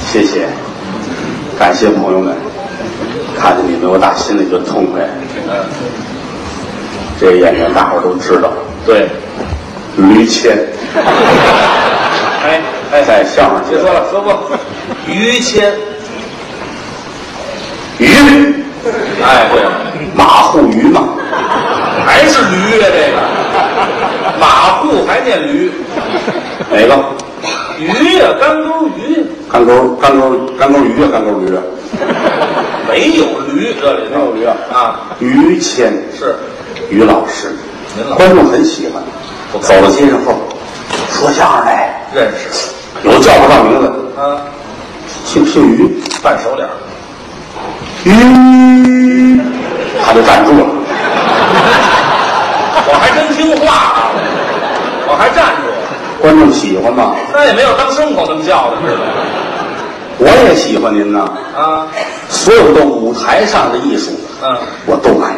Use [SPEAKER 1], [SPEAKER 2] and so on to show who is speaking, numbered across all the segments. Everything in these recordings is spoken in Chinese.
[SPEAKER 1] 谢谢，感谢朋友们，看见你们我打心里就痛快。这个演员大伙儿都知道，
[SPEAKER 2] 对，
[SPEAKER 1] 于谦
[SPEAKER 2] 哎
[SPEAKER 1] 在相声界
[SPEAKER 2] 别说了，说不，于谦，
[SPEAKER 1] 驴
[SPEAKER 2] 哎，对，
[SPEAKER 1] 马户驴嘛，
[SPEAKER 2] 还是驴呀、这个，马户还念驴，
[SPEAKER 1] 哪个？
[SPEAKER 2] 鱼呀、干沟鱼，
[SPEAKER 1] 干沟干沟干沟驴啊，干沟驴啊，
[SPEAKER 2] 没有驴这里头
[SPEAKER 1] 驴啊
[SPEAKER 2] 啊，
[SPEAKER 1] 于谦
[SPEAKER 2] 是
[SPEAKER 1] 于老师，
[SPEAKER 2] 您老
[SPEAKER 1] 观众很喜欢。
[SPEAKER 2] 我
[SPEAKER 1] 走到街上后，说相声来，
[SPEAKER 2] 认识
[SPEAKER 1] 有叫不上名字，
[SPEAKER 2] 啊，
[SPEAKER 1] 姓姓于，
[SPEAKER 2] 半熟脸儿，
[SPEAKER 1] 于，他就站住了。
[SPEAKER 2] 我还真听话啊，我还站住了。
[SPEAKER 1] 观众喜欢吗？
[SPEAKER 2] 那也没有当牲口那么叫的，是吧？
[SPEAKER 1] 我也喜欢您呐。
[SPEAKER 2] 啊，
[SPEAKER 1] 所有的舞台上的艺术，
[SPEAKER 2] 嗯、
[SPEAKER 1] 我都爱。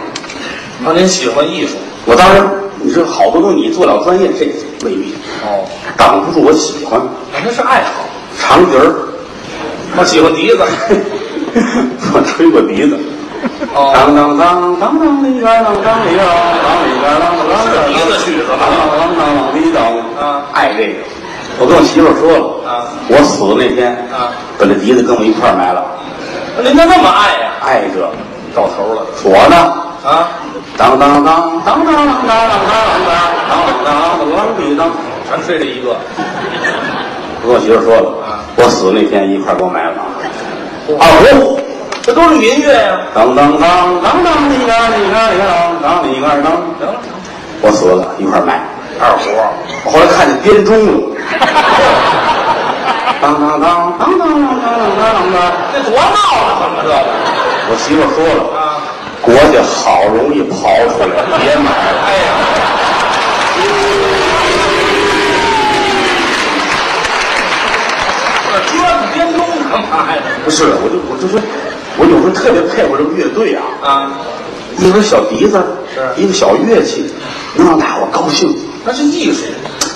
[SPEAKER 2] 啊，您喜欢艺术？
[SPEAKER 1] 我当然，你说好多东西你做了专业，这未必
[SPEAKER 2] 哦，
[SPEAKER 1] 挡不住我喜欢。
[SPEAKER 2] 那是爱好。
[SPEAKER 1] 长笛儿，
[SPEAKER 2] 我喜欢笛子。
[SPEAKER 1] 我吹过笛子。
[SPEAKER 2] 哦，
[SPEAKER 1] 当当当当当里边当当里边当里边当当当
[SPEAKER 2] 是笛子曲子
[SPEAKER 1] 当
[SPEAKER 2] 吧？
[SPEAKER 1] 当当当里当。
[SPEAKER 2] 啊
[SPEAKER 1] 爱这个，我跟我媳妇儿说了，
[SPEAKER 2] 啊，
[SPEAKER 1] 我死的那天
[SPEAKER 2] 啊，
[SPEAKER 1] 把这笛子跟我一块儿买了，
[SPEAKER 2] 您都那么爱呀、
[SPEAKER 1] 爱这个。
[SPEAKER 2] 到头了
[SPEAKER 1] 我呢，
[SPEAKER 2] 啊！
[SPEAKER 1] 当当当当当当当当当当当当当里当。
[SPEAKER 2] 全吹这一个
[SPEAKER 1] 我跟我媳妇说了
[SPEAKER 2] 啊，
[SPEAKER 1] 我死那天一块儿给我买了二胡，
[SPEAKER 2] 这都是民乐呀、
[SPEAKER 1] 当当当当当，里边里边里边当当里边当，
[SPEAKER 2] 行了，
[SPEAKER 1] 我死了一块儿买。
[SPEAKER 2] 二胡，
[SPEAKER 1] 我后来看见编钟了，当当当当当当当当当当。
[SPEAKER 2] 这多闹了，怎么这个
[SPEAKER 1] 我媳妇说了，
[SPEAKER 2] 啊？
[SPEAKER 1] 国家好容易刨出来，别买了。
[SPEAKER 2] 哎呀，这撅编钟干嘛呀？
[SPEAKER 1] 不是，我就我就说，我有时候特别佩服这个乐队啊，
[SPEAKER 2] 啊，
[SPEAKER 1] 一个小笛子，
[SPEAKER 2] 是
[SPEAKER 1] 一个小乐器，能让大伙儿高兴。
[SPEAKER 2] 那是艺术，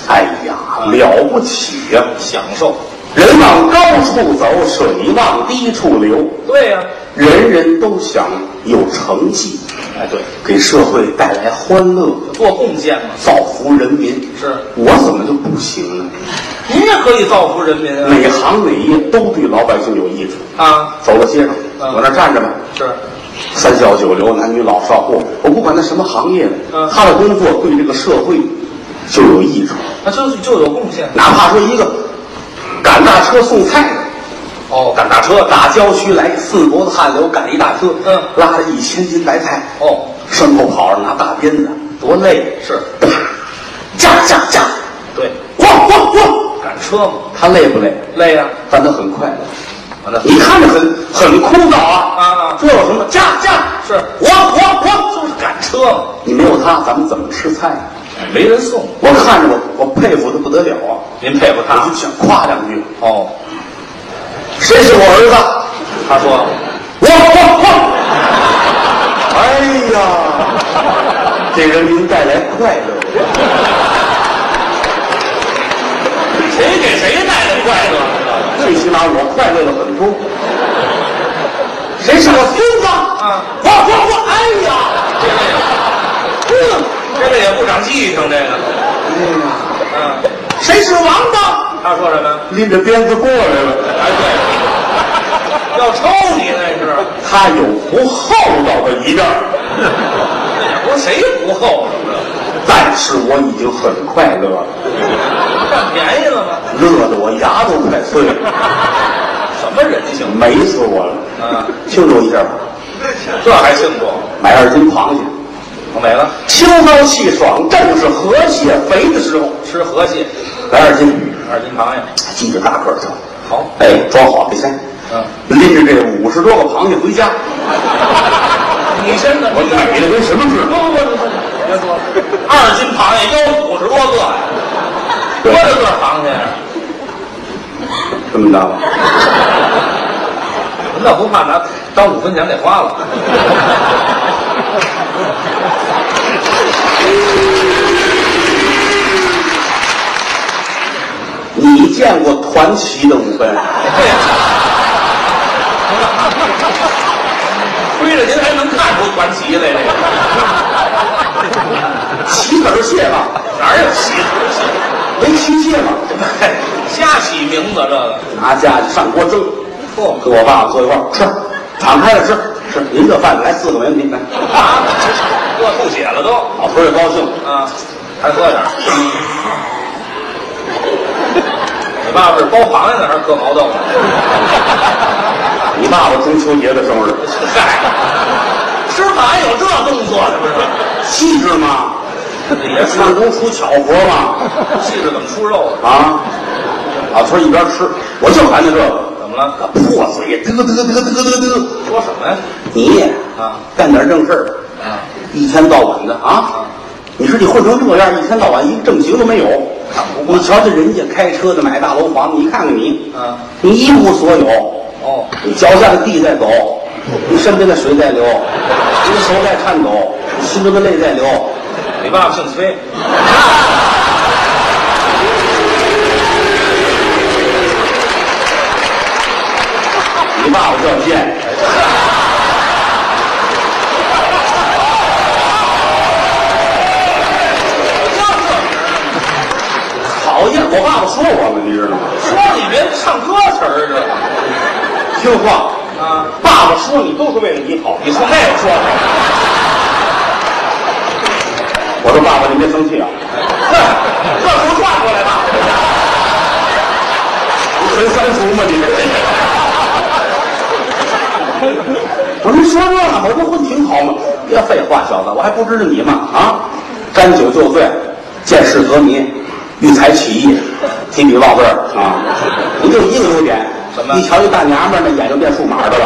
[SPEAKER 1] 哎呀，了不起呀、
[SPEAKER 2] 嗯享受。
[SPEAKER 1] 人往高处走，水往低处流。
[SPEAKER 2] 对呀、
[SPEAKER 1] 人人都想有成绩，
[SPEAKER 2] 哎对，
[SPEAKER 1] 给社会带来欢乐，
[SPEAKER 2] 做贡献嘛。
[SPEAKER 1] 造福人民。
[SPEAKER 2] 是
[SPEAKER 1] 我怎么就不行呢？
[SPEAKER 2] 您也可以造福人民啊！
[SPEAKER 1] 哪行哪业都对老百姓有益处。
[SPEAKER 2] 啊，
[SPEAKER 1] 走到街上，
[SPEAKER 2] 嗯
[SPEAKER 1] 我那儿站着吧，
[SPEAKER 2] 是
[SPEAKER 1] 三教九流，男女老少妇，我不管他什么行业的
[SPEAKER 2] 嗯，
[SPEAKER 1] 他的工作对这个社会就有益处。
[SPEAKER 2] 啊，就是就有贡献。
[SPEAKER 1] 哪怕说一个赶大车送菜的，
[SPEAKER 2] 哦
[SPEAKER 1] 赶大车打郊区来，四脖子汗流赶一大车，
[SPEAKER 2] 嗯
[SPEAKER 1] 拉着一千斤白菜，
[SPEAKER 2] 哦，
[SPEAKER 1] 身后跑着拿大鞭子，多累！
[SPEAKER 2] 是
[SPEAKER 1] 啪，炸炸炸，
[SPEAKER 2] 对，
[SPEAKER 1] 咣咣咣，
[SPEAKER 2] 赶车嘛，
[SPEAKER 1] 他累不累？
[SPEAKER 2] 累呀、
[SPEAKER 1] 但他很快乐。
[SPEAKER 2] 完了
[SPEAKER 1] 你看着很很枯燥啊
[SPEAKER 2] 啊
[SPEAKER 1] 这有什么？炸炸
[SPEAKER 2] 是
[SPEAKER 1] 咣咣咣，
[SPEAKER 2] 就是赶车嘛，
[SPEAKER 1] 你没有他，咱们怎么吃菜？
[SPEAKER 2] 没人送。
[SPEAKER 1] 我看着我，我佩服他不得了啊！
[SPEAKER 2] 您佩服
[SPEAKER 1] 我就想夸两句。
[SPEAKER 2] 哦，
[SPEAKER 1] 谁是我儿子？
[SPEAKER 2] 他说
[SPEAKER 1] 我我我！哎呀，给人民带来快乐。
[SPEAKER 2] 谁给谁带来快乐
[SPEAKER 1] 最起码我快乐了很多。谁是我孙子？
[SPEAKER 2] 啊，
[SPEAKER 1] 我我我！哎呀，嗯，
[SPEAKER 2] 这个也不长记性，这个。
[SPEAKER 1] 哎呀，
[SPEAKER 2] 嗯，
[SPEAKER 1] 谁是王八？
[SPEAKER 2] 他说什么？
[SPEAKER 1] 拎着鞭子过来了，
[SPEAKER 2] 哎，对，要抽你那是，
[SPEAKER 1] 他有不厚道的一面儿，
[SPEAKER 2] 这也不是谁不厚道，
[SPEAKER 1] 但是我已经很快乐了，
[SPEAKER 2] 这占便宜了吗？
[SPEAKER 1] 乐得我牙都快碎了，
[SPEAKER 2] 什么人性？
[SPEAKER 1] 美死我了。
[SPEAKER 2] 啊，
[SPEAKER 1] 庆祝一下吧，
[SPEAKER 2] 这还庆祝？
[SPEAKER 1] 买二斤螃蟹，
[SPEAKER 2] 我没了，
[SPEAKER 1] 清高气爽，正是河蟹肥的时候，
[SPEAKER 2] 吃河蟹，
[SPEAKER 1] 来二斤，
[SPEAKER 2] 二斤螃蟹，
[SPEAKER 1] 记着大个儿挑。
[SPEAKER 2] 好，
[SPEAKER 1] 哎，装好这箱，
[SPEAKER 2] 嗯，
[SPEAKER 1] 拎着这五十多个螃蟹回家，
[SPEAKER 2] 你先等
[SPEAKER 1] 我美的跟什么似
[SPEAKER 2] 不
[SPEAKER 1] 的。
[SPEAKER 2] 不不不，别说了，二斤螃蟹腰五十多个呀，多
[SPEAKER 1] 对，
[SPEAKER 2] 少个螃蟹呀？
[SPEAKER 1] 这么着吧，
[SPEAKER 2] 那不怕拿当五分钱给花了？
[SPEAKER 1] 你见过团旗的五分？
[SPEAKER 2] 对，亏了您还能看出传奇来这个。
[SPEAKER 1] 洗腿蟹吧，
[SPEAKER 2] 哪有洗头戏？
[SPEAKER 1] 围棋蟹吧，
[SPEAKER 2] 嘿瞎起名字这个。
[SPEAKER 1] 拿架子上锅蒸，
[SPEAKER 2] 嚯
[SPEAKER 1] 跟我爸爸坐一块儿吃，敞开了吃，吃您这饭来四个没问题，来，
[SPEAKER 2] 啊，这吐血了都。
[SPEAKER 1] 老头儿也高兴，
[SPEAKER 2] 啊，还喝点儿。你爸爸是包螃蟹呢，还是嗑毛豆呢？
[SPEAKER 1] 你爸爸中秋节的生日，
[SPEAKER 2] 嗨，吃螃蟹有这动作的不是？
[SPEAKER 1] 气质嘛，
[SPEAKER 2] 这也是
[SPEAKER 1] 上中出巧活嘛，
[SPEAKER 2] 气质怎么出肉的？
[SPEAKER 1] 啊，老头儿一边吃，我就含着这个。
[SPEAKER 2] 怎么了？
[SPEAKER 1] 破嘴嘚嘚嘚嘚嘚嘚，
[SPEAKER 2] 说什么呀？
[SPEAKER 1] 你
[SPEAKER 2] 啊
[SPEAKER 1] 干点正事儿，
[SPEAKER 2] 啊，
[SPEAKER 1] 一天到晚的啊
[SPEAKER 2] 啊！
[SPEAKER 1] 你说你混成这样，一天到晚一个正形都没有。你瞧瞧人家开车的，买大楼房，你看看你，
[SPEAKER 2] 啊，
[SPEAKER 1] 你一无所有，
[SPEAKER 2] 哦，
[SPEAKER 1] 你脚下的地在走，你身边的水在流，你的手在颤抖，你心中的泪在流。
[SPEAKER 2] 你爸爸姓崔，
[SPEAKER 1] 你爸爸叫贱，讨厌！我爸爸说我们，你知道吗？
[SPEAKER 2] 说你别唱歌词儿啊
[SPEAKER 1] 听话，
[SPEAKER 2] 这啊，
[SPEAKER 1] 爸爸说你都是为了你好。
[SPEAKER 2] 你从那个说的。
[SPEAKER 1] 我说爸爸，您别生气啊，
[SPEAKER 2] 这不转过来吧？
[SPEAKER 1] 你纯三俗吗？你这。我说您说这呢，我这混挺好嘛。别废话，小子，我还不知道你吗？啊，沾酒就醉，见事则迷，遇财起意，提笔忘字儿啊。你就一个优点，
[SPEAKER 2] 什么
[SPEAKER 1] 一瞧这大娘们儿，那眼睛变数码的了。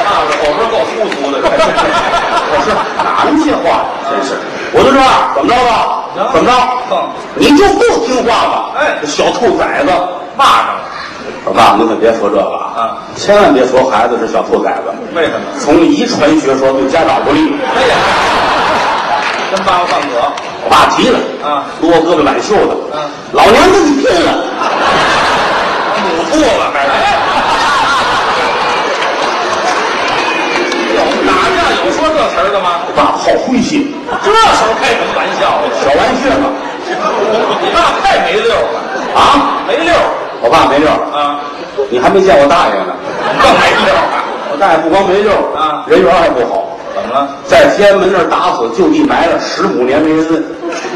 [SPEAKER 2] 爸爸，啊我说够粗俗的，
[SPEAKER 1] 我是哪那么些话？真是，我就这样，怎么着吧？怎么着
[SPEAKER 2] 哼？
[SPEAKER 1] 你就不听话吧？
[SPEAKER 2] 哎
[SPEAKER 1] 这小兔崽子！
[SPEAKER 2] 骂上了，
[SPEAKER 1] 我爸爸，您可别说这个啊
[SPEAKER 2] 啊，
[SPEAKER 1] 千万别说孩子是小兔崽子。
[SPEAKER 2] 为什么？
[SPEAKER 1] 从遗传学说对家长不利。
[SPEAKER 2] 哎呀，跟爸爸放火。
[SPEAKER 1] 我爸急了
[SPEAKER 2] 啊，
[SPEAKER 1] 撸我胳膊挽袖子，
[SPEAKER 2] 嗯
[SPEAKER 1] 老娘跟你拼了！
[SPEAKER 2] 母兔了，还是？有打架有说这词儿的吗？
[SPEAKER 1] 我爸好诙谐，
[SPEAKER 2] 这时候开什么玩笑啊？
[SPEAKER 1] 小玩意儿
[SPEAKER 2] 你爸太没溜儿了，
[SPEAKER 1] 嘛啊！
[SPEAKER 2] 没溜儿
[SPEAKER 1] 我爸没溜儿，
[SPEAKER 2] 啊，
[SPEAKER 1] 你还没见我大爷呢。
[SPEAKER 2] 更没溜儿
[SPEAKER 1] 我大爷不光没溜儿
[SPEAKER 2] 啊
[SPEAKER 1] 人缘还不好，
[SPEAKER 2] 啊！怎么了？
[SPEAKER 1] 在天安门那儿打死，就地埋了十五年没人问。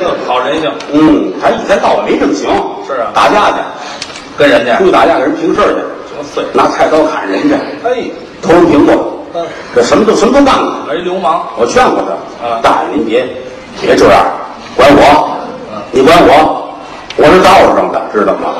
[SPEAKER 2] 又好人性，
[SPEAKER 1] 嗯，还一天到晚没正形。
[SPEAKER 2] 是啊
[SPEAKER 1] 打架
[SPEAKER 2] 跟人
[SPEAKER 1] 去，
[SPEAKER 2] 家
[SPEAKER 1] 出去打架给人平事儿去，
[SPEAKER 2] 什么碎？
[SPEAKER 1] 拿菜刀砍人家，
[SPEAKER 2] 哎，
[SPEAKER 1] 偷人苹果，
[SPEAKER 2] 嗯，
[SPEAKER 1] 这什么都什么都干过。
[SPEAKER 2] 来流氓，
[SPEAKER 1] 我劝过他，
[SPEAKER 2] 啊
[SPEAKER 1] 大爷您别别这样，管我，你管我，我是道上的，知道吗？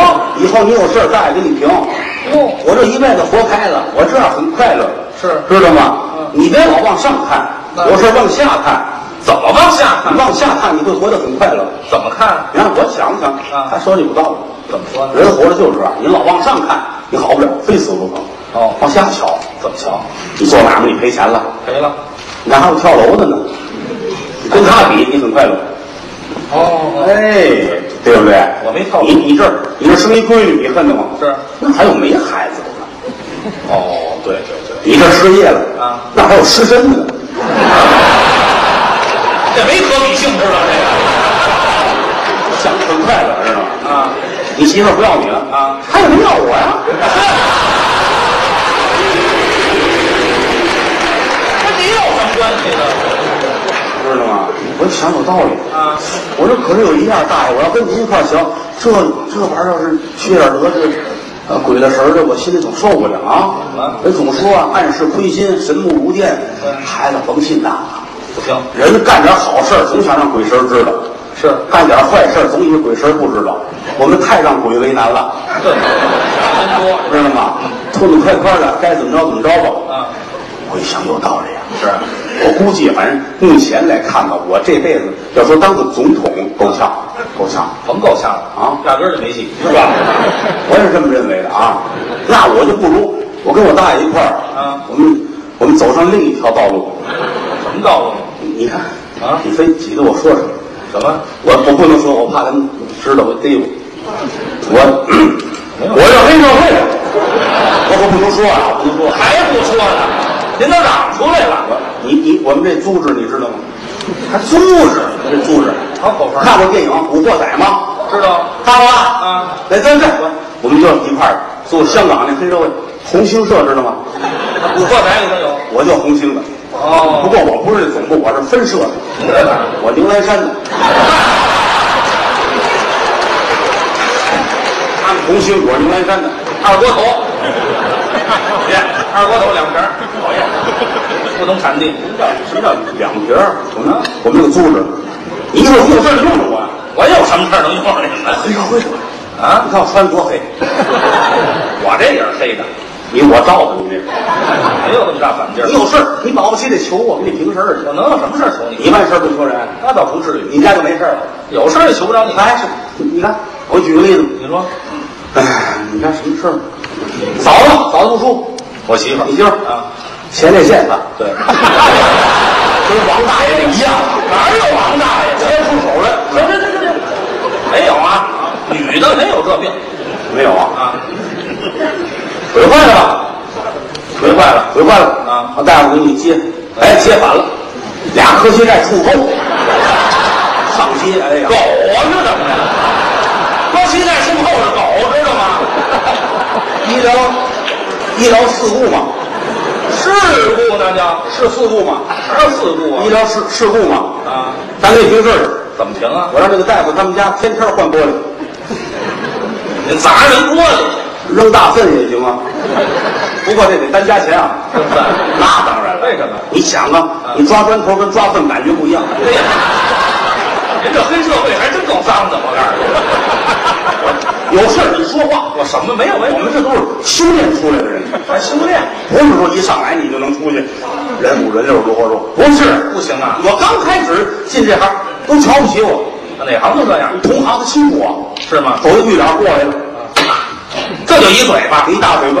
[SPEAKER 2] 哦
[SPEAKER 1] 以后你有事儿大爷给你评。
[SPEAKER 2] 哟，
[SPEAKER 1] 我这一辈子活开了，我这样很快乐，
[SPEAKER 2] 是
[SPEAKER 1] 知道吗
[SPEAKER 2] 嗯？
[SPEAKER 1] 你别老往上看，
[SPEAKER 2] 那
[SPEAKER 1] 有事儿往下看，
[SPEAKER 2] 怎么往下看
[SPEAKER 1] 你？往下看你会活得很快乐。
[SPEAKER 2] 怎么看？
[SPEAKER 1] 你让我想想，
[SPEAKER 2] 啊
[SPEAKER 1] 他说的有道理。
[SPEAKER 2] 怎么说呢？
[SPEAKER 1] 人活着就是这样，你老往上看，你好不了，非死不可。
[SPEAKER 2] 哦
[SPEAKER 1] 往下瞧，
[SPEAKER 2] 怎么瞧？
[SPEAKER 1] 你做买卖你赔钱了，
[SPEAKER 2] 赔了。
[SPEAKER 1] 你看还有跳楼的呢。你跟他比，你很快乐。
[SPEAKER 2] 哦，
[SPEAKER 1] 哎，对不对？
[SPEAKER 2] 我没跳楼
[SPEAKER 1] 你你这儿你这生一闺女，你恨得慌。
[SPEAKER 2] 是。
[SPEAKER 1] 那还有没孩子的呢？
[SPEAKER 2] 哦，对对对，
[SPEAKER 1] 你这失业了
[SPEAKER 2] 啊？
[SPEAKER 1] 那还有失身的呢。
[SPEAKER 2] 这没可比性，知道这
[SPEAKER 1] 想得很快乐，知道吗？
[SPEAKER 2] 个啊？
[SPEAKER 1] 你媳妇儿不要你了
[SPEAKER 2] 啊？
[SPEAKER 1] 她也没要我呀。
[SPEAKER 2] 跟你有什么关系呢？
[SPEAKER 1] 知道吗？我一想有道理。
[SPEAKER 2] 啊，
[SPEAKER 1] 我说可是有一样，大爷，我要跟您一块儿行，这这玩意儿要是缺点得这，呃，鬼了神儿的，我心里总受不了啊
[SPEAKER 2] 啊。
[SPEAKER 1] 人总说啊，暗室亏心，神目无见
[SPEAKER 2] 嗯，
[SPEAKER 1] 孩子甭信那个。
[SPEAKER 2] 不行，
[SPEAKER 1] 人干点好事儿，总想让鬼神儿知道；
[SPEAKER 2] 是
[SPEAKER 1] 干点坏事儿，总以为鬼神儿不知道。我们太让鬼为难了，
[SPEAKER 2] 对，真多
[SPEAKER 1] 知道吗？痛痛快快的，该怎么着怎么着吧。
[SPEAKER 2] 啊，
[SPEAKER 1] 我一想有道理啊。
[SPEAKER 2] 是
[SPEAKER 1] 我估计，反正目前来看吧，我这辈子要说当个总统够呛，够呛，
[SPEAKER 2] 甭够呛了
[SPEAKER 1] 啊
[SPEAKER 2] 压根儿就没戏。
[SPEAKER 1] 是吧？我也是这么认为的啊。那我就不如我跟我大爷一块儿，
[SPEAKER 2] 啊
[SPEAKER 1] 我们我们走上另一条道路。
[SPEAKER 2] 什么道路？
[SPEAKER 1] 你看
[SPEAKER 2] 啊
[SPEAKER 1] 你非挤得我说什么？
[SPEAKER 2] 什么？
[SPEAKER 1] 我我不能说，我怕他们知道我逮我。我
[SPEAKER 2] 没 有
[SPEAKER 1] 我是黑社会的，我话都不能说啊，不能说。
[SPEAKER 2] 还不说呢？您都嚷出来了，
[SPEAKER 1] 你你我们这租制你知道吗？还租制，这租制。
[SPEAKER 2] 好口饭，
[SPEAKER 1] 看过电影《古惑仔》吗？
[SPEAKER 2] 知道？
[SPEAKER 1] 看过吧？
[SPEAKER 2] 啊
[SPEAKER 1] 来咱这，我们就一块儿做香港那黑社会红星社，知道吗？
[SPEAKER 2] 古惑仔里头有。
[SPEAKER 1] 我就红星的，不
[SPEAKER 2] 哦，
[SPEAKER 1] 过我不是总部，我是分社的，我牛栏山的。他们红星，我是牛栏山的。
[SPEAKER 2] 二锅头， 讨厌，二锅头两瓶儿，讨厌，不懂产地。
[SPEAKER 1] 什么叫两瓶儿？我们我们有组织，你一会儿有事儿用着我呀。
[SPEAKER 2] 我有什么事儿能用着你们？
[SPEAKER 1] 哎呦喂，
[SPEAKER 2] 啊
[SPEAKER 1] 你，看我穿得多黑，
[SPEAKER 2] 我这也是黑的，
[SPEAKER 1] 你我罩着你这个。
[SPEAKER 2] 没有这么大反劲儿
[SPEAKER 1] 你。有事儿，你保不齐得求我们得平事儿
[SPEAKER 2] 我
[SPEAKER 1] 去。
[SPEAKER 2] 能有什么事儿求你？
[SPEAKER 1] 你办事儿不求人，
[SPEAKER 2] 那倒不至于，
[SPEAKER 1] 你家就没事儿了。
[SPEAKER 2] 有事儿也求不着你。
[SPEAKER 1] 哎，是你看，我举个例子，
[SPEAKER 2] 你说，
[SPEAKER 1] 哎，你看什么事儿？嫂子，嫂子不舒服，
[SPEAKER 2] 我媳妇
[SPEAKER 1] 你媳妇
[SPEAKER 2] 儿
[SPEAKER 1] 儿
[SPEAKER 2] 啊，
[SPEAKER 1] 前列腺吧，
[SPEAKER 2] 对，
[SPEAKER 1] 跟王大爷一样，
[SPEAKER 2] 哪有王大爷
[SPEAKER 1] 先出手来。
[SPEAKER 2] 这这这这这没有啊，女的没有这病
[SPEAKER 1] 没有啊，
[SPEAKER 2] 啊。
[SPEAKER 1] 腿坏了吧？腿坏了，腿坏了
[SPEAKER 2] 啊！
[SPEAKER 1] 我大夫给你接，哎，接反了，俩科学站触沟，上街，哎呀
[SPEAKER 2] 狗，啊是怎么的？搁膝盖胸后是狗，知道吗？
[SPEAKER 1] 医疗医疗事故嘛，
[SPEAKER 2] 事故那叫
[SPEAKER 1] 是事故嘛，
[SPEAKER 2] 哪有事故
[SPEAKER 1] 医疗事事故嘛，
[SPEAKER 2] 啊？啊，
[SPEAKER 1] 咱给你平事儿去。
[SPEAKER 2] 怎么停啊？
[SPEAKER 1] 我让这个大夫他们家天天换玻璃，
[SPEAKER 2] 您砸人玻璃，
[SPEAKER 1] 扔大粪也行啊。不过这得单加钱啊。
[SPEAKER 2] 真笨。
[SPEAKER 1] 那当然了，
[SPEAKER 2] 为什么？
[SPEAKER 1] 你想啊，你抓砖头跟抓粪感觉不一样。
[SPEAKER 2] 对呀，您这黑社会还真够脏的，我告诉你。
[SPEAKER 1] 有事儿你说话，
[SPEAKER 2] 我什么没有没有，
[SPEAKER 1] 我们这都是修炼出来的人，
[SPEAKER 2] 还修炼
[SPEAKER 1] 不是说一上来你就能出去，人五人六如何说？不是，
[SPEAKER 2] 不行啊，
[SPEAKER 1] 我刚开始进这行，都瞧不起我，
[SPEAKER 2] 哪行都这样
[SPEAKER 1] 同行都欺负我，
[SPEAKER 2] 是吗？
[SPEAKER 1] 啊走一绿脸过来了，
[SPEAKER 2] 这就一嘴巴，
[SPEAKER 1] 给一大嘴巴，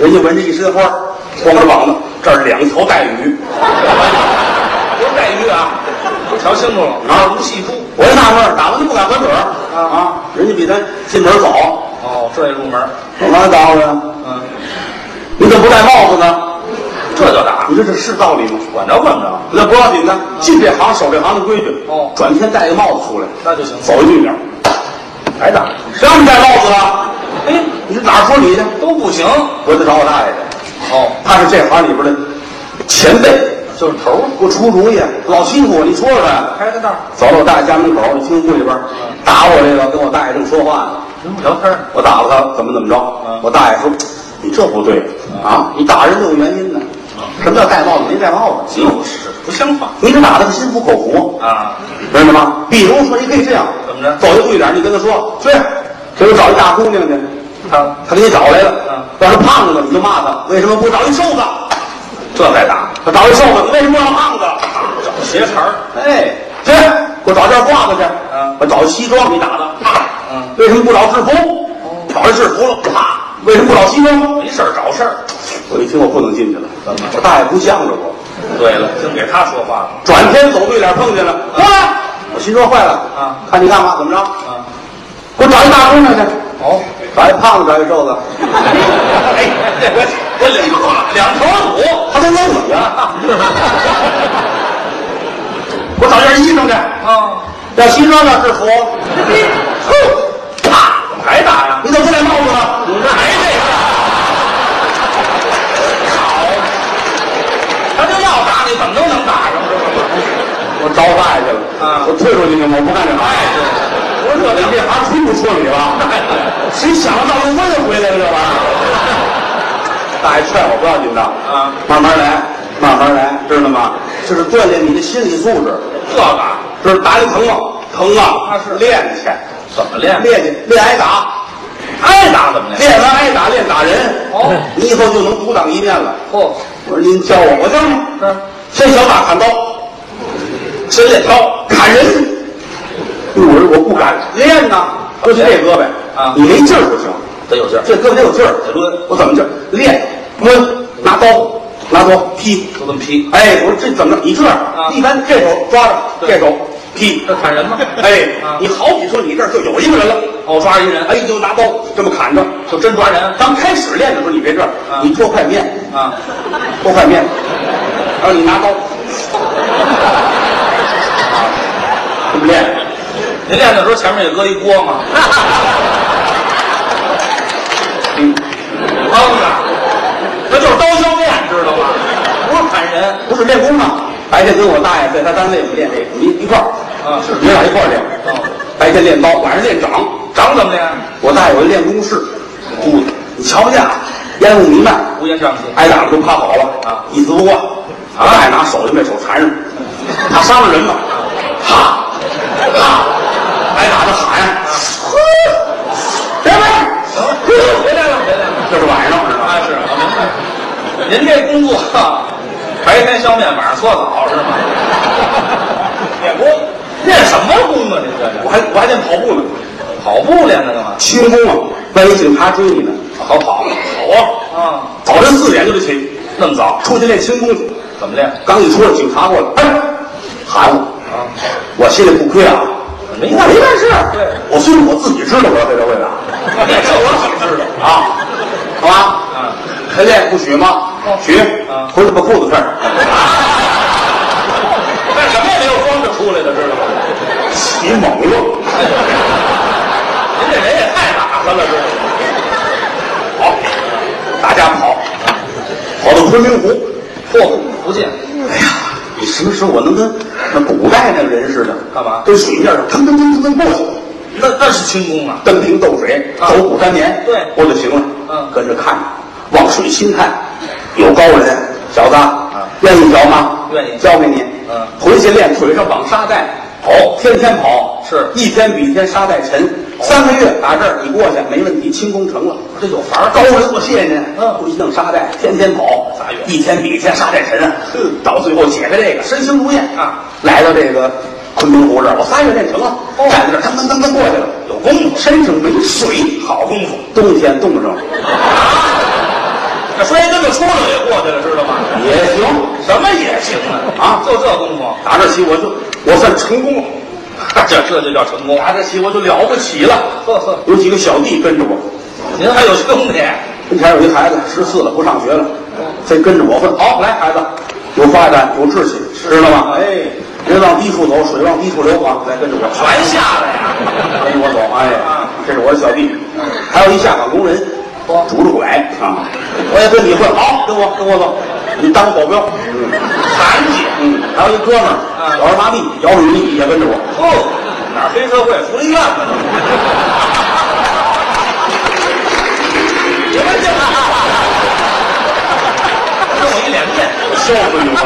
[SPEAKER 1] 人家闻着一身花，光着膀子，这儿两条带鱼。
[SPEAKER 2] 不是带鱼啊，我瞧清楚了，哪儿无细珠？
[SPEAKER 1] 我这纳闷儿，打完就不敢还嘴儿啊！人家比咱进门早，
[SPEAKER 2] 哦，这也入门，
[SPEAKER 1] 我刚才打我呀，
[SPEAKER 2] 嗯，
[SPEAKER 1] 你怎么不戴帽子呢？
[SPEAKER 2] 这就打，
[SPEAKER 1] 你说这是道理吗？
[SPEAKER 2] 管着管不着，
[SPEAKER 1] 那不要紧的，进这行守这行的规矩。
[SPEAKER 2] 哦
[SPEAKER 1] 转天戴个帽子出来，
[SPEAKER 2] 那就行。
[SPEAKER 1] 走一句点儿，哎
[SPEAKER 2] 挨打，
[SPEAKER 1] 谁让你戴帽子了？
[SPEAKER 2] 哎，
[SPEAKER 1] 你哪儿说理去？
[SPEAKER 2] 都不行。
[SPEAKER 1] 我得找我大爷去，
[SPEAKER 2] 哦，
[SPEAKER 1] 他是这行里边的前辈，
[SPEAKER 2] 就是头儿
[SPEAKER 1] 给我出主意，啊老欺负我，你说说呗。
[SPEAKER 2] 开个道儿，
[SPEAKER 1] 走到我大爷家门口，我听屋里边儿打我这个，跟我大爷正说话呢。
[SPEAKER 2] 聊天儿，
[SPEAKER 1] 我打了他，怎么怎么着
[SPEAKER 2] 嗯？
[SPEAKER 1] 我大爷说：“你这不对啊！你打人都有原因的。
[SPEAKER 2] 嗯
[SPEAKER 1] 什么叫戴帽子？没戴帽子，
[SPEAKER 2] 就是不像话
[SPEAKER 1] 你得打他心服口服，
[SPEAKER 2] 啊！
[SPEAKER 1] 明白吗？比如说，你可以这样，
[SPEAKER 2] 怎么着
[SPEAKER 1] 走一步一点，你跟他说：‘去，给我找一大姑娘去。’
[SPEAKER 2] 他
[SPEAKER 1] 他给你找来
[SPEAKER 2] 嗯
[SPEAKER 1] 了，要是胖子，你就骂他：为什么不找一瘦子？
[SPEAKER 2] 这再打，
[SPEAKER 1] 他找一瘦子，你为什么要胖子？
[SPEAKER 2] 找鞋茬儿，
[SPEAKER 1] 哎，去，给我找件褂子去。
[SPEAKER 2] 嗯
[SPEAKER 1] 我找西装，你打他。
[SPEAKER 2] 嗯哦
[SPEAKER 1] 为什么不找制服？找一制服了，啪。为什么不找西装？哎
[SPEAKER 2] 没事儿找事儿。
[SPEAKER 1] 我一听我不能进去了，
[SPEAKER 2] 怎么
[SPEAKER 1] 我大爷不向着我。
[SPEAKER 2] 对了，净给他说话了。
[SPEAKER 1] 转天走对脸碰见了，
[SPEAKER 2] 嗯
[SPEAKER 1] 过来，我心说坏了
[SPEAKER 2] 啊
[SPEAKER 1] 看你干嘛？怎么着？
[SPEAKER 2] 啊，
[SPEAKER 1] 给我找一大姑娘去，
[SPEAKER 2] 哦，
[SPEAKER 1] 找一胖子，找一瘦子，
[SPEAKER 2] 哎，这我我领过
[SPEAKER 1] 啊
[SPEAKER 2] 了，两头儿堵。
[SPEAKER 1] 他都啊问我呀。 我找件衣裳去，
[SPEAKER 2] 啊，
[SPEAKER 1] 要西装要 制服。
[SPEAKER 2] 哼，打，怎么还打呀？
[SPEAKER 1] 你怎么不戴帽子呢？
[SPEAKER 2] 你这还这样？好，他就要打你，怎么都能打上，是吧？
[SPEAKER 1] 我找我大爷去了。
[SPEAKER 2] 啊
[SPEAKER 1] 我退出去去，我不干这行。
[SPEAKER 2] 哎，对，不是
[SPEAKER 1] 你
[SPEAKER 2] 这
[SPEAKER 1] 这行出不出 理了？
[SPEAKER 2] 样。
[SPEAKER 1] 谁想得到又问回来了这玩意 儿？大爷劝我不要紧的，
[SPEAKER 2] 啊，
[SPEAKER 1] 慢慢来，慢慢来，知道吗？这是锻炼你的心理素质。
[SPEAKER 2] 这个
[SPEAKER 1] 这是打你疼吗？疼啊！
[SPEAKER 2] 啊是
[SPEAKER 1] 练去，
[SPEAKER 2] 怎么练？
[SPEAKER 1] 练去，练挨打，
[SPEAKER 2] 挨打怎么练？
[SPEAKER 1] 练完挨打练打人。
[SPEAKER 2] 哦，
[SPEAKER 1] 你以后就能独当一面了。
[SPEAKER 2] 嚯，
[SPEAKER 1] 我说您教我，我教你。
[SPEAKER 2] 这
[SPEAKER 1] 先小打砍刀，先练刀砍人。我说我不敢练呐，尤其这胳膊
[SPEAKER 2] 啊
[SPEAKER 1] 你没劲儿不行，
[SPEAKER 2] 得有劲儿，
[SPEAKER 1] 这胳膊得有劲儿。
[SPEAKER 2] 得抡，
[SPEAKER 1] 我怎么劲儿？练抡，拿刀，拿刀劈。
[SPEAKER 2] 就这么劈。
[SPEAKER 1] 哎，我说这怎么着？你这样，
[SPEAKER 2] 啊
[SPEAKER 1] 一般这手抓着，
[SPEAKER 2] 对
[SPEAKER 1] 这手劈。
[SPEAKER 2] 这砍人吗？
[SPEAKER 1] 哎
[SPEAKER 2] 啊，
[SPEAKER 1] 你好比说你这儿就有一个人了，
[SPEAKER 2] 哦，抓一人，
[SPEAKER 1] 哎呦，拿刀这么砍着。
[SPEAKER 2] 就真抓人
[SPEAKER 1] 刚开始练的时候，你别这样，
[SPEAKER 2] 啊
[SPEAKER 1] 你剁块面，
[SPEAKER 2] 啊！
[SPEAKER 1] 剁块面，然后你拿刀，这么练。
[SPEAKER 2] 您练的时候前面也搁一锅吗？
[SPEAKER 1] 嗯，
[SPEAKER 2] 梆子，那就是刀削面，知道吗？不是砍人，
[SPEAKER 1] 不是练功吗？白天跟我大爷在他单位我们练这个，一一块儿，
[SPEAKER 2] 啊是
[SPEAKER 1] 你俩一块儿练。
[SPEAKER 2] 哦，
[SPEAKER 1] 白天练刀，晚上练掌。
[SPEAKER 2] 掌怎么练？
[SPEAKER 1] 我大爷有一练功室，
[SPEAKER 2] 哦
[SPEAKER 1] 屋子你瞧不见啊，烟雾弥漫。
[SPEAKER 2] 乌烟瘴气。
[SPEAKER 1] 挨打了都趴好了
[SPEAKER 2] 啊
[SPEAKER 1] 一直不过，我大爷拿手就被手缠上，怕伤了人嘛，哈哈，挨打就喊，呼，别 哦别，
[SPEAKER 2] 别练了，别练了。
[SPEAKER 1] 这是晚上知道吗
[SPEAKER 2] 啊，是，我明白。您这工作，哈白天削面，晚上搓澡是吗？练功，练什么功啊？您这
[SPEAKER 1] 我
[SPEAKER 2] 是
[SPEAKER 1] 还我还练跑步呢，
[SPEAKER 2] 跑步练的干嘛？
[SPEAKER 1] 轻功啊，万一警察追你呢，
[SPEAKER 2] 好跑，
[SPEAKER 1] 好啊，
[SPEAKER 2] 啊，
[SPEAKER 1] 早晨四点就得起，
[SPEAKER 2] 那么早，
[SPEAKER 1] 出去练轻功去。
[SPEAKER 2] 怎么练？
[SPEAKER 1] 刚一出来，警察过来，哎，喊我，
[SPEAKER 2] 啊，
[SPEAKER 1] 我心里不亏啊，
[SPEAKER 2] 没
[SPEAKER 1] 我没干事儿，
[SPEAKER 2] 对
[SPEAKER 1] 我虽然我自己知道我要被他问啊，
[SPEAKER 2] 这我怎么知道？
[SPEAKER 1] 啊，好吧，
[SPEAKER 2] 啊，
[SPEAKER 1] 晨练不许吗？许
[SPEAKER 2] 啊，
[SPEAKER 1] 回去把裤子穿上。
[SPEAKER 2] 干什么也没有装着出来的，知道吗？
[SPEAKER 1] 起猛了，
[SPEAKER 2] 您这人也太打算了，知道
[SPEAKER 1] 跑，
[SPEAKER 2] 吗？
[SPEAKER 1] 大家跑，跑到昆明湖。
[SPEAKER 2] 嚯，不见，
[SPEAKER 1] 哎呀，你什么时候我能跟那古代那个人似的？
[SPEAKER 2] 干嘛
[SPEAKER 1] 跟水面上腾腾腾腾腾过去，
[SPEAKER 2] 那那是轻功啊！
[SPEAKER 1] 登平斗水，
[SPEAKER 2] 啊
[SPEAKER 1] 走古山岩。
[SPEAKER 2] 对
[SPEAKER 1] 我就行了。
[SPEAKER 2] 嗯
[SPEAKER 1] 跟着看，望水兴叹，有高人，小子，愿意学吗？
[SPEAKER 2] 啊愿意
[SPEAKER 1] 教给你。
[SPEAKER 2] 嗯
[SPEAKER 1] 回去练腿上绑沙袋。
[SPEAKER 2] 哦
[SPEAKER 1] 天天跑，
[SPEAKER 2] 是
[SPEAKER 1] 一天比一天沙袋沉。三个月打这儿你过去没问题，轻功成了。
[SPEAKER 2] 这有法儿
[SPEAKER 1] 高人，我谢谢您。
[SPEAKER 2] 嗯
[SPEAKER 1] 回去弄沙袋，天天跑，
[SPEAKER 2] 仨月
[SPEAKER 1] 一天比一天沙袋沉啊。到最后解开这个，身轻如燕
[SPEAKER 2] 啊！
[SPEAKER 1] 来到这个昆明湖这儿，我仨月练成了，
[SPEAKER 2] 哦
[SPEAKER 1] 站在这儿噔噔噔噔过去了，有功夫，身上没水，好功夫，冬天冻上了
[SPEAKER 2] 这摔跟头出溜也过去了，知道吗？
[SPEAKER 1] 也行。
[SPEAKER 2] 什么也行啊！
[SPEAKER 1] 啊
[SPEAKER 2] 啊，就这功夫，
[SPEAKER 1] 打这起我就我算成功了，
[SPEAKER 2] 这这就叫成功。
[SPEAKER 1] 打这起我就了不起了。
[SPEAKER 2] 呵呵，
[SPEAKER 1] 有几个小弟跟着我，
[SPEAKER 2] 您还有兄弟？
[SPEAKER 1] 跟前有一孩子十四了，不上学了，非跟着我问：“好，来孩子，有发展，有志气，知道吗？哎，人往低处走，水往低处流啊！来跟着我，
[SPEAKER 2] 全下来呀！
[SPEAKER 1] 跟着我走，哎
[SPEAKER 2] 啊，
[SPEAKER 1] 这是我的小弟，还有一下岗工人，
[SPEAKER 2] 哦
[SPEAKER 1] 拄着拐啊，我也跟你混，好，跟我跟我走，你当我保镖，嗯
[SPEAKER 2] 残疾。
[SPEAKER 1] 嗯，还有一哥们
[SPEAKER 2] 啊
[SPEAKER 1] 儿小儿麻痹，摇着轮椅也跟着我，
[SPEAKER 2] 哦，哪儿黑社会福利院呢？你们这弄我一脸面，
[SPEAKER 1] 笑死你了，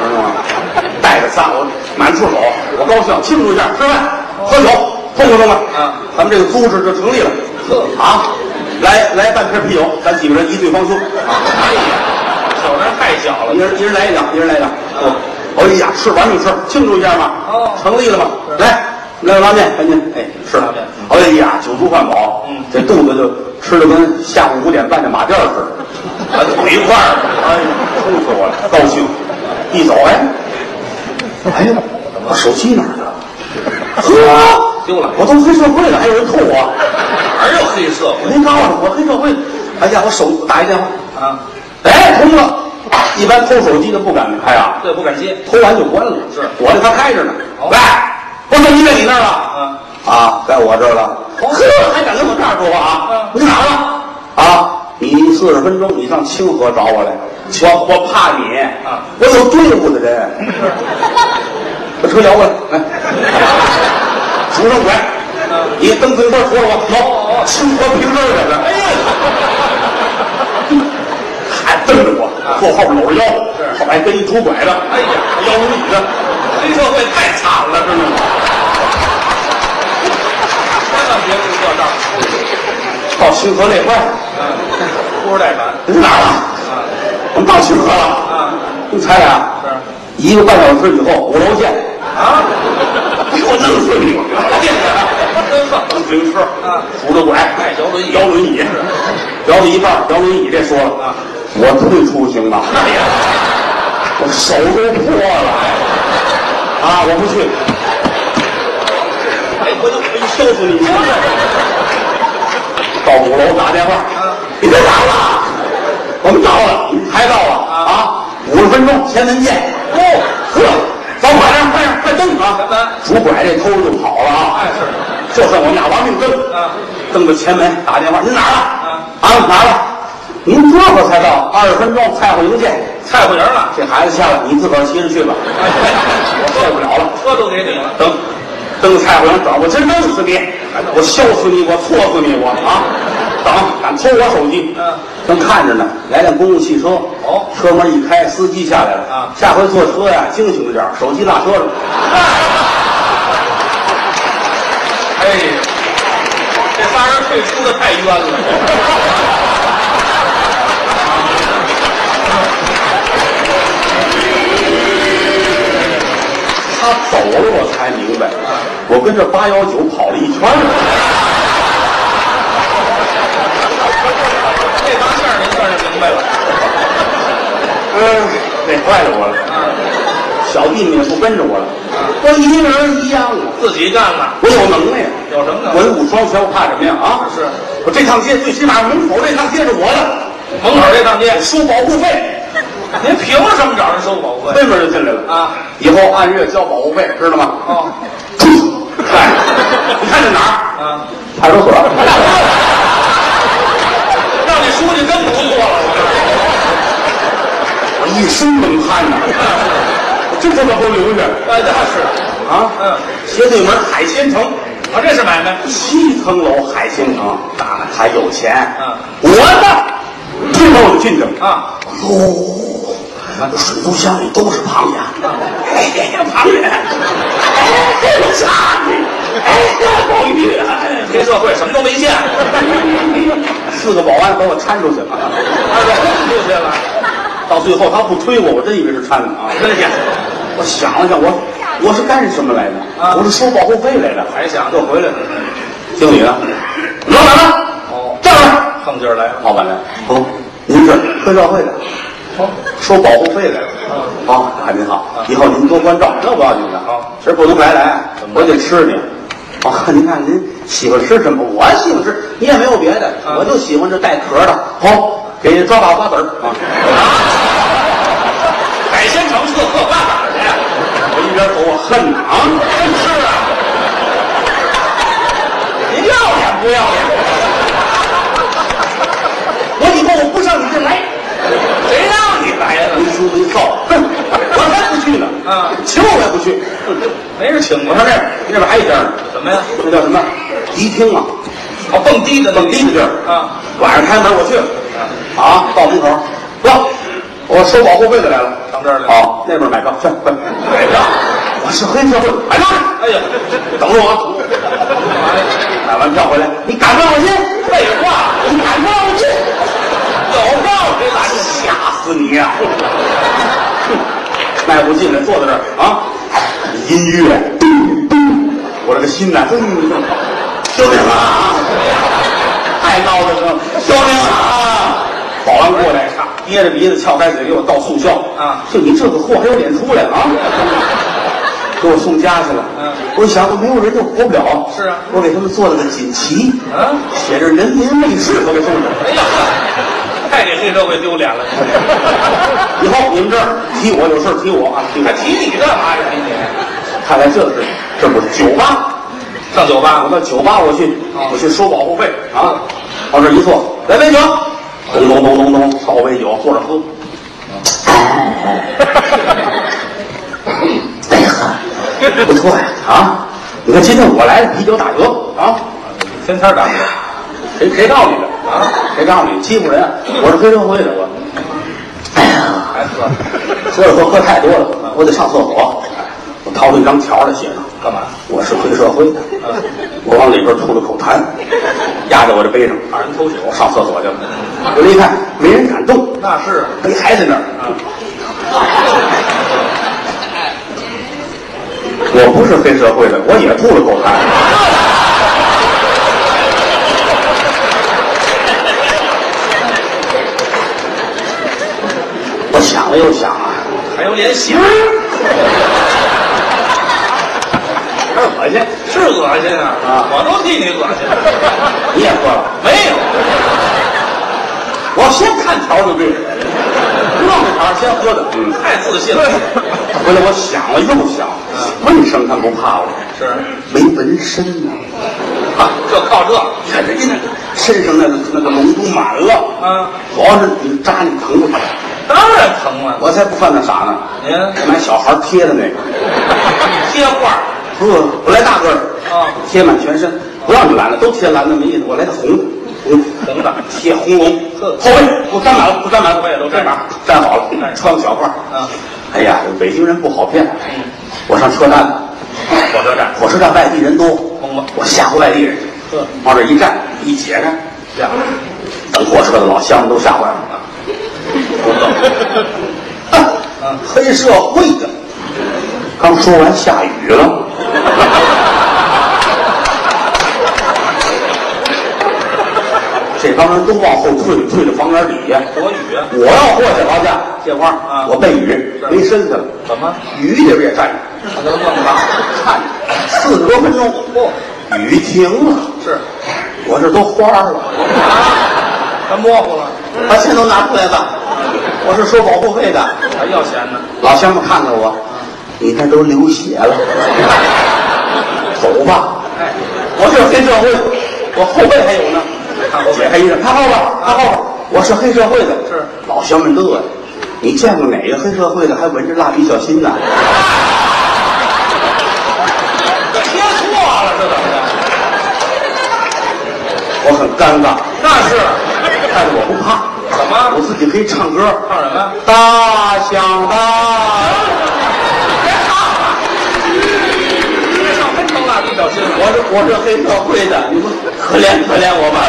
[SPEAKER 1] 知道吗？带着仨我满处走，我高兴庆祝一下，吃饭喝酒，痛快痛快
[SPEAKER 2] 啊！
[SPEAKER 1] 咱们这个组织就成立了，
[SPEAKER 2] 呵
[SPEAKER 1] 啊，来来半瓶啤酒，咱几个人一对方休。
[SPEAKER 2] 哎呀，小人太小了
[SPEAKER 1] 一。人一人来一两，一人来一两。我哎一呀，吃完就吃，庆祝一下嘛。
[SPEAKER 2] 哦
[SPEAKER 1] 成立了嘛。来，来碗拉面，赶紧，哎，吃
[SPEAKER 2] 拉面。
[SPEAKER 1] 哎呀，酒足饭饱，
[SPEAKER 2] 嗯
[SPEAKER 1] 这肚子就吃的跟下午五点半的马甸儿似的，啊，堵一块儿了，哎呀，撑死我了，高兴。一走，哎，哎呀，我手机哪儿呢？呵，
[SPEAKER 2] 丢了
[SPEAKER 1] 我都黑社会了，还有人吐我。
[SPEAKER 2] 哪儿有黑社会
[SPEAKER 1] 您告诉我，我黑社会了。哎呀，我手打一电话，
[SPEAKER 2] 啊？
[SPEAKER 1] 哎，通了。一般偷手机的不敢开啊。
[SPEAKER 2] 对，不敢接。
[SPEAKER 1] 偷完就关了。
[SPEAKER 2] 是
[SPEAKER 1] 我这还开着呢。
[SPEAKER 2] 哦
[SPEAKER 1] 喂，我手机在你那儿了。
[SPEAKER 2] 啊，
[SPEAKER 1] 啊，在我这儿了。
[SPEAKER 2] 哦
[SPEAKER 1] 呵，还敢跟我这儿说话啊
[SPEAKER 2] 嗯？
[SPEAKER 1] 你哪儿了？啊，你四十分钟，你上清河找我来。我我怕你
[SPEAKER 2] 啊
[SPEAKER 1] 我有队伍的 人。把车摇过来， 来，扶上拐。你蹬自行车驮着我，
[SPEAKER 2] 哦
[SPEAKER 1] 走，
[SPEAKER 2] 哦
[SPEAKER 1] 清河平这儿来了。
[SPEAKER 2] 哎呀，
[SPEAKER 1] 还蹬着我，坐后边搂着腰，
[SPEAKER 2] 是
[SPEAKER 1] 后边还跟一拄拐的，
[SPEAKER 2] 哎呀
[SPEAKER 1] 腰不理的。
[SPEAKER 2] 黑社会太惨了，真的。千万别入这道。
[SPEAKER 1] 到清河那块儿，
[SPEAKER 2] 嗯，呼哧带喘。
[SPEAKER 1] 你哪儿了？
[SPEAKER 2] 啊
[SPEAKER 1] 我们到清河了。
[SPEAKER 2] 啊，
[SPEAKER 1] 你猜啊？
[SPEAKER 2] 是
[SPEAKER 1] 一个半小时以后，五楼见。
[SPEAKER 2] 啊，
[SPEAKER 1] 给我弄死你！
[SPEAKER 2] 真棒。
[SPEAKER 1] 蹬自行车，
[SPEAKER 2] 啊
[SPEAKER 1] 拄着拐，
[SPEAKER 2] 哎摇轮椅
[SPEAKER 1] 摇轮椅，摇到一半儿，摇轮椅这说了
[SPEAKER 2] 啊，
[SPEAKER 1] 我退出行吗？
[SPEAKER 2] 哎呀，
[SPEAKER 1] 我手都破了，啊，我不去。
[SPEAKER 2] 哎，我就我一听
[SPEAKER 1] 对付你。 到鼓楼打电话，你别打了，啊我们到了，还到了
[SPEAKER 2] 啊
[SPEAKER 1] 啊，五十分钟前门见。哦，呵，走，快点，快点，快蹬啊！
[SPEAKER 2] 什
[SPEAKER 1] 拄
[SPEAKER 2] 么
[SPEAKER 1] 拐这偷着就跑了啊！
[SPEAKER 2] 哎是，
[SPEAKER 1] 就算我们俩玩命蹬，
[SPEAKER 2] 啊，
[SPEAKER 1] 蹬到前门打电话，您哪儿了？啊，哪儿了？您这会儿才到，二十分钟菜花营见。
[SPEAKER 2] 菜花营了，
[SPEAKER 1] 这孩子下来，你自个儿骑着去吧，
[SPEAKER 2] 哎
[SPEAKER 1] 我受不了了。
[SPEAKER 2] 车都给你了，
[SPEAKER 1] 等等菜花营转，我真弄死你！哎我削死你，我挫死你，我啊！等，敢偷我手机？
[SPEAKER 2] 嗯，
[SPEAKER 1] 正看着呢，来辆公共汽车。
[SPEAKER 2] 哦
[SPEAKER 1] 车门一开，司机下来了。
[SPEAKER 2] 啊
[SPEAKER 1] 下回坐车呀，清醒点儿，手机落车了。
[SPEAKER 2] 哎呀，这仨人退出的太冤了，
[SPEAKER 1] 他走了，我才明白，
[SPEAKER 2] 啊
[SPEAKER 1] 我跟这八幺九跑了一圈儿。
[SPEAKER 2] 这八下您算是明白了，
[SPEAKER 1] 嗯，累坏了我了。小弟们也不跟着我了，
[SPEAKER 2] 啊
[SPEAKER 1] 我一个人一样啊。
[SPEAKER 2] 自己干了，
[SPEAKER 1] 我有能耐啊，
[SPEAKER 2] 有什么
[SPEAKER 1] 文
[SPEAKER 2] 呢？
[SPEAKER 1] 武双全，我怕什么呀？啊，
[SPEAKER 2] 是
[SPEAKER 1] 我这趟街，最起码门口这趟街是我的，
[SPEAKER 2] 门口这当街，
[SPEAKER 1] 收保护费，
[SPEAKER 2] 您凭什么找人收保护费
[SPEAKER 1] 推门就进来了
[SPEAKER 2] 啊！
[SPEAKER 1] 以后按月交保护费，知道吗？
[SPEAKER 2] 哦，
[SPEAKER 1] 嗨，你看这哪儿？
[SPEAKER 2] 啊，
[SPEAKER 1] 派出所。
[SPEAKER 2] 让你书记更不错了，我
[SPEAKER 1] 我一身冷汗呐，我真他妈不留下
[SPEAKER 2] 这，哎，那是。
[SPEAKER 1] 啊！
[SPEAKER 2] 嗯，
[SPEAKER 1] 斜对门海鲜城，
[SPEAKER 2] 我这是买卖，
[SPEAKER 1] 七层楼海鲜城，
[SPEAKER 2] 大
[SPEAKER 1] 还有钱，
[SPEAKER 2] 嗯，
[SPEAKER 1] 我的，推门我就进去了。
[SPEAKER 2] 啊，
[SPEAKER 1] 哟，这水族箱里都是螃蟹，嘿嘿嘿螃蟹，哎，我操你，哎，鲍鱼，哎
[SPEAKER 2] 黑社会什么都没见，
[SPEAKER 1] 四个保安把我搀出去了，
[SPEAKER 2] 二位出去了，
[SPEAKER 1] 到最后他不推我，我真以为是搀的啊。
[SPEAKER 2] 真是，
[SPEAKER 1] 我想了想，我我是干什么来的？
[SPEAKER 2] 啊
[SPEAKER 1] 我是收保护费来的。
[SPEAKER 2] 还想
[SPEAKER 1] 就回来了。经理呢？老板呢？
[SPEAKER 2] 哦
[SPEAKER 1] 站着。
[SPEAKER 2] 横劲儿来了，
[SPEAKER 1] 老板呢？哦，您是黑社会的，收保护费来了。
[SPEAKER 2] 嗯
[SPEAKER 1] 哦，啊，您好，以后您多关照，这不要紧的。
[SPEAKER 2] 好
[SPEAKER 1] 今儿不能白来
[SPEAKER 2] 怎，么
[SPEAKER 1] 我得吃你。哦，您看您喜欢吃什么？我喜欢吃，你也没有别的，
[SPEAKER 2] 啊
[SPEAKER 1] 我就喜欢这带壳的。哦，给你抓把瓜子儿啊！
[SPEAKER 2] 嗯海鲜城特喝饭哪去？
[SPEAKER 1] 我一边走我恨呐啊！
[SPEAKER 2] 真吃啊！您要脸不要脸？
[SPEAKER 1] 我以后我不上你这来。
[SPEAKER 2] 谁让你来
[SPEAKER 1] 文
[SPEAKER 2] 了？
[SPEAKER 1] 书文臊，哼，我才不去呢！
[SPEAKER 2] 啊
[SPEAKER 1] 请我也不去。
[SPEAKER 2] 没人请
[SPEAKER 1] 我
[SPEAKER 2] 过
[SPEAKER 1] 上这儿，那边还有一家呢，
[SPEAKER 2] 什么呀？
[SPEAKER 1] 那叫什么？迪厅啊，
[SPEAKER 2] 哦，蹦迪的那
[SPEAKER 1] 蹦迪的地儿
[SPEAKER 2] 啊，
[SPEAKER 1] 晚上开门我去。啊，到门口，哟，我收保护费的来了。
[SPEAKER 2] 上这儿来了
[SPEAKER 1] 好，那边买票去，快！
[SPEAKER 2] 买票。
[SPEAKER 1] 我是黑社会，买票去，
[SPEAKER 2] 哎呀，
[SPEAKER 1] 等着我啊！买完票回来，你敢让我进？
[SPEAKER 2] 废话，
[SPEAKER 1] 你敢让我进？
[SPEAKER 2] 有票谁拦着？
[SPEAKER 1] 吓死你
[SPEAKER 2] 啊
[SPEAKER 1] 呀、迈不进来，坐在这儿啊，音乐，咚咚我这个心呐，噔兄弟们啊，太闹腾了，兄弟们啊！保安过来，憋着鼻子撬开嘴给我倒速效
[SPEAKER 2] 啊
[SPEAKER 1] 就你这个货还有脸出来 啊？给我送家去了。
[SPEAKER 2] 嗯
[SPEAKER 1] 我一想，我没有人就活不了。
[SPEAKER 2] 是啊
[SPEAKER 1] 我给他们做了个锦旗，
[SPEAKER 2] 啊，
[SPEAKER 1] 写着人民卫士，我给送去了。
[SPEAKER 2] 哎呀，太给黑社会丢脸了，
[SPEAKER 1] 以后你们这儿提我有事儿提我啊，提
[SPEAKER 2] 还
[SPEAKER 1] 我。
[SPEAKER 2] 提你干嘛呀？提你
[SPEAKER 1] 看来这是这不是酒吧？
[SPEAKER 2] 上酒吧
[SPEAKER 1] 我到酒吧我去
[SPEAKER 2] 哦，
[SPEAKER 1] 我去收保护费啊！往这一坐，来杯酒，咚咚咚咚咚，倒杯酒，坐着喝。哎呀，不错呀啊！你看今天我来了，啤酒打折啊！
[SPEAKER 2] 天天打工。
[SPEAKER 1] 谁谁告诉你的啊？谁告诉你欺负人啊？我是黑社会的我。哎呀！
[SPEAKER 2] 还喝？
[SPEAKER 1] 喝着喝喝太多了，我得上厕所。我掏出一张条来，写上
[SPEAKER 2] 干嘛？
[SPEAKER 1] 我是黑社会的。我往里边吐了口痰， 压在我这杯上。
[SPEAKER 2] 怕人偷酒
[SPEAKER 1] 我上厕所去了。我这一看，没人敢动，
[SPEAKER 2] 那是
[SPEAKER 1] 杯还在那儿。我不是黑社会的，我也吐了口痰。 我想了又想啊。
[SPEAKER 2] 还有脸洗
[SPEAKER 1] 还是我先
[SPEAKER 2] 是恶心啊！
[SPEAKER 1] 啊
[SPEAKER 2] 我都替你恶心了。
[SPEAKER 1] 你也喝了？
[SPEAKER 2] 没有，
[SPEAKER 1] 我先看条就对了，不让这条先喝的。嗯，
[SPEAKER 2] 太自信了。
[SPEAKER 1] 回来我想了又想，为什么他不怕我？
[SPEAKER 2] 是，
[SPEAKER 1] 没纹身呢、
[SPEAKER 2] 啊就靠这。
[SPEAKER 1] 你看哎人家那个嗯身上那个那个胧都满了，
[SPEAKER 2] 啊，
[SPEAKER 1] 主要是你扎你疼不疼？
[SPEAKER 2] 当然疼了。
[SPEAKER 1] 我才不犯那傻呢，
[SPEAKER 2] 您
[SPEAKER 1] 买小孩贴的那个，
[SPEAKER 2] 贴画
[SPEAKER 1] 不，我来大个儿的，
[SPEAKER 2] 啊，
[SPEAKER 1] 贴满全身，不让你蓝的，都贴蓝的没意思，我来个红的，红的
[SPEAKER 2] 红的
[SPEAKER 1] 贴红龙，
[SPEAKER 2] 呵
[SPEAKER 1] 后背给我粘满了，给我粘满了，
[SPEAKER 2] 后背都
[SPEAKER 1] 粘
[SPEAKER 2] 粘
[SPEAKER 1] 满
[SPEAKER 2] 满
[SPEAKER 1] 了
[SPEAKER 2] 了，
[SPEAKER 1] 粘好了
[SPEAKER 2] 哎，
[SPEAKER 1] 穿个小褂儿。
[SPEAKER 2] 啊，
[SPEAKER 1] 哎呀，北京人不好骗，我上车站，
[SPEAKER 2] 火车站
[SPEAKER 1] 火车站外地人多，
[SPEAKER 2] 懵了
[SPEAKER 1] 我吓唬外地人去
[SPEAKER 2] 呵，
[SPEAKER 1] 往这一站一解开，
[SPEAKER 2] 这样，
[SPEAKER 1] 等火车的老乡们都吓坏了。 啊黑社会的，刚说完下雨了，这帮人都往后退，退到房檐底下。
[SPEAKER 2] 躲雨啊？
[SPEAKER 1] 我要过去，老家借花，
[SPEAKER 2] 啊
[SPEAKER 1] 我背雨
[SPEAKER 2] 是
[SPEAKER 1] 没身子了，
[SPEAKER 2] 怎么？
[SPEAKER 1] 雨里边也站着，
[SPEAKER 2] 他都愣了。
[SPEAKER 1] 看着四十多分钟，
[SPEAKER 2] 不，
[SPEAKER 1] 雨停了，
[SPEAKER 2] 是，
[SPEAKER 1] 我这都花了，
[SPEAKER 2] 他模糊了，
[SPEAKER 1] 把钱都拿出来吧，我是收保护费的。
[SPEAKER 2] 还要钱呢。
[SPEAKER 1] 老乡们看看我，你那都流血了，走吧。
[SPEAKER 2] 哎，
[SPEAKER 1] 我就是黑社会，我后背还有呢。
[SPEAKER 2] 看后
[SPEAKER 1] 解
[SPEAKER 2] 背
[SPEAKER 1] 开衣裳，看后边，看后边，我是黑社会的。
[SPEAKER 2] 是
[SPEAKER 1] 老乡们乐呀，你见过哪个黑社会的还闻着蜡笔小新呢？
[SPEAKER 2] 这贴错了是怎么的？
[SPEAKER 1] 我很尴尬，
[SPEAKER 2] 那是
[SPEAKER 1] 但是我不怕，
[SPEAKER 2] 怎
[SPEAKER 1] 我
[SPEAKER 2] 么？啊
[SPEAKER 1] 自己可以唱歌。
[SPEAKER 2] 唱什么？
[SPEAKER 1] 大响当，
[SPEAKER 2] 这上分成蜡笔小新
[SPEAKER 1] 我
[SPEAKER 2] 了。
[SPEAKER 1] 是我是黑社会的，你们可怜可怜我吧。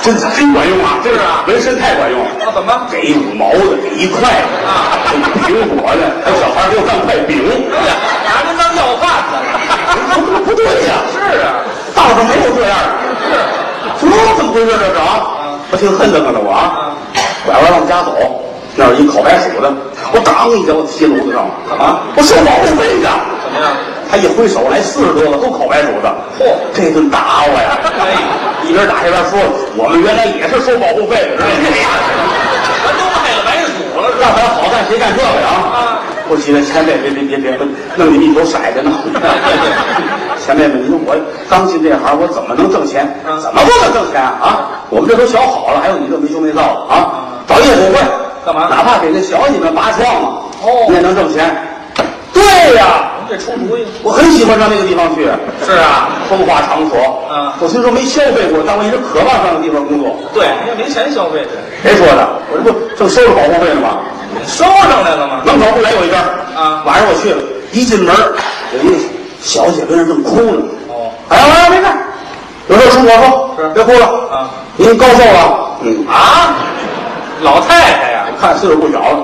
[SPEAKER 1] 真的真管用啊！
[SPEAKER 2] 是啊
[SPEAKER 1] 纹身太管用了。
[SPEAKER 2] 啊，怎么？
[SPEAKER 1] 给五毛的，给一块的，
[SPEAKER 2] 啊，
[SPEAKER 1] 给苹果的，还有小孩给我当块饼。
[SPEAKER 2] 拿您当要饭的。
[SPEAKER 1] 不对呀、
[SPEAKER 2] 是啊，
[SPEAKER 1] 道上没有这样的，啊怎么怎么回事这是啊
[SPEAKER 2] 嗯？
[SPEAKER 1] 我挺恨他们的我啊，拐弯往家走，那儿有一烤白薯的，我当一脚我踢炉子上了啊！我收保护费的，
[SPEAKER 2] 怎么样？
[SPEAKER 1] 他一挥手来四十多个都烤白薯的，嚯、这顿打我呀！
[SPEAKER 2] 哎
[SPEAKER 1] 一边打一边说，我们原来也是收保护费的，
[SPEAKER 2] 咱都卖了白薯了是
[SPEAKER 1] 但
[SPEAKER 2] 吧？
[SPEAKER 1] 凡好干谁干这个呀？
[SPEAKER 2] 啊，
[SPEAKER 1] 不行，前辈别别别别别，弄你一头色 子呢。前辈们，您说我刚进这行，我怎么能挣钱？
[SPEAKER 2] 嗯
[SPEAKER 1] 怎么不能挣钱啊？啊我们这都学好了，还有你这没羞没臊的啊？找夜总会
[SPEAKER 2] 干嘛
[SPEAKER 1] 哪怕给那小你们拔枪了，
[SPEAKER 2] 哦
[SPEAKER 1] 你也能挣钱。对呀，
[SPEAKER 2] 这出主意。
[SPEAKER 1] 我很喜欢上那个地方去，
[SPEAKER 2] 是啊，
[SPEAKER 1] 风化场所。
[SPEAKER 2] 嗯
[SPEAKER 1] 我虽说没消费过，但我一直渴望上那个地方工作。
[SPEAKER 2] 对，因为没钱消费，
[SPEAKER 1] 谁说的？我这不正收着保护费呢吗？
[SPEAKER 2] 收上来了吗？
[SPEAKER 1] 门口不远有一家儿
[SPEAKER 2] 啊
[SPEAKER 1] 晚上我去了，一进门儿有一小姐跟那儿正哭呢。
[SPEAKER 2] 哦，
[SPEAKER 1] 哎呀，哎没事儿，有事儿出我说，
[SPEAKER 2] 是
[SPEAKER 1] 别哭了
[SPEAKER 2] 啊。
[SPEAKER 1] 您高寿了？嗯，
[SPEAKER 2] 啊，老太太呀，
[SPEAKER 1] 看岁数不小了，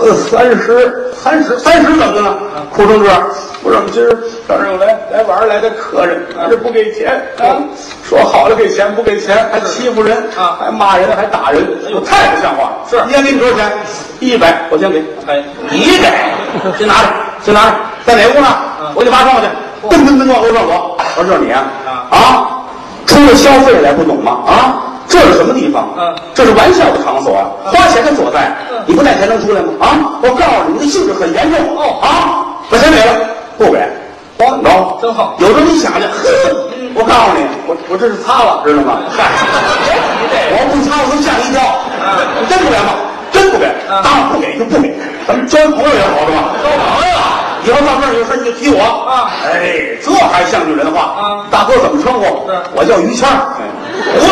[SPEAKER 1] 呃，三十，三十，三十怎么了？
[SPEAKER 2] 嗯
[SPEAKER 1] 哭成这样，我说今儿早上有来来玩儿来的客人，
[SPEAKER 2] 啊
[SPEAKER 1] 这不给钱啊
[SPEAKER 2] 嗯，
[SPEAKER 1] 说好了给钱不给钱，还欺负人
[SPEAKER 2] 啊
[SPEAKER 1] 还骂人还打人，哎呦，太不像话了。
[SPEAKER 2] 是
[SPEAKER 1] 一天给你多少钱？一百，我先给。
[SPEAKER 2] 哎，
[SPEAKER 1] 你给，先拿着， 先拿着，在哪屋呢？
[SPEAKER 2] 嗯
[SPEAKER 1] 我给你爬上去，噔噔噔往楼上走。我说这是你啊
[SPEAKER 2] 啊
[SPEAKER 1] 啊，出了消费来不懂吗？啊，这是什么地方？
[SPEAKER 2] 嗯
[SPEAKER 1] 这是玩笑的场所啊，花钱的所在。
[SPEAKER 2] 嗯
[SPEAKER 1] 你不带钱能出来吗？啊，我告诉你，你的性质很严重。
[SPEAKER 2] 哦
[SPEAKER 1] 啊，把钱给了，不给，哦怎么着？
[SPEAKER 2] 真好
[SPEAKER 1] 有时候你想去，呵，
[SPEAKER 2] 嗯
[SPEAKER 1] 我告诉你，我我这是擦了，知道吗？
[SPEAKER 2] 别提这
[SPEAKER 1] 我要不擦我都吓一跳。
[SPEAKER 2] 啊
[SPEAKER 1] 你真不给吗？真不给，
[SPEAKER 2] 啊
[SPEAKER 1] 当然不给就不给，咱们交朋友也好是吧？
[SPEAKER 2] 交朋友啊
[SPEAKER 1] 以后到这儿有事你就提我
[SPEAKER 2] 啊
[SPEAKER 1] 哎，这还像句人话
[SPEAKER 2] 啊嗯
[SPEAKER 1] 大哥怎么称呼
[SPEAKER 2] 是？
[SPEAKER 1] 我叫于谦儿。不是，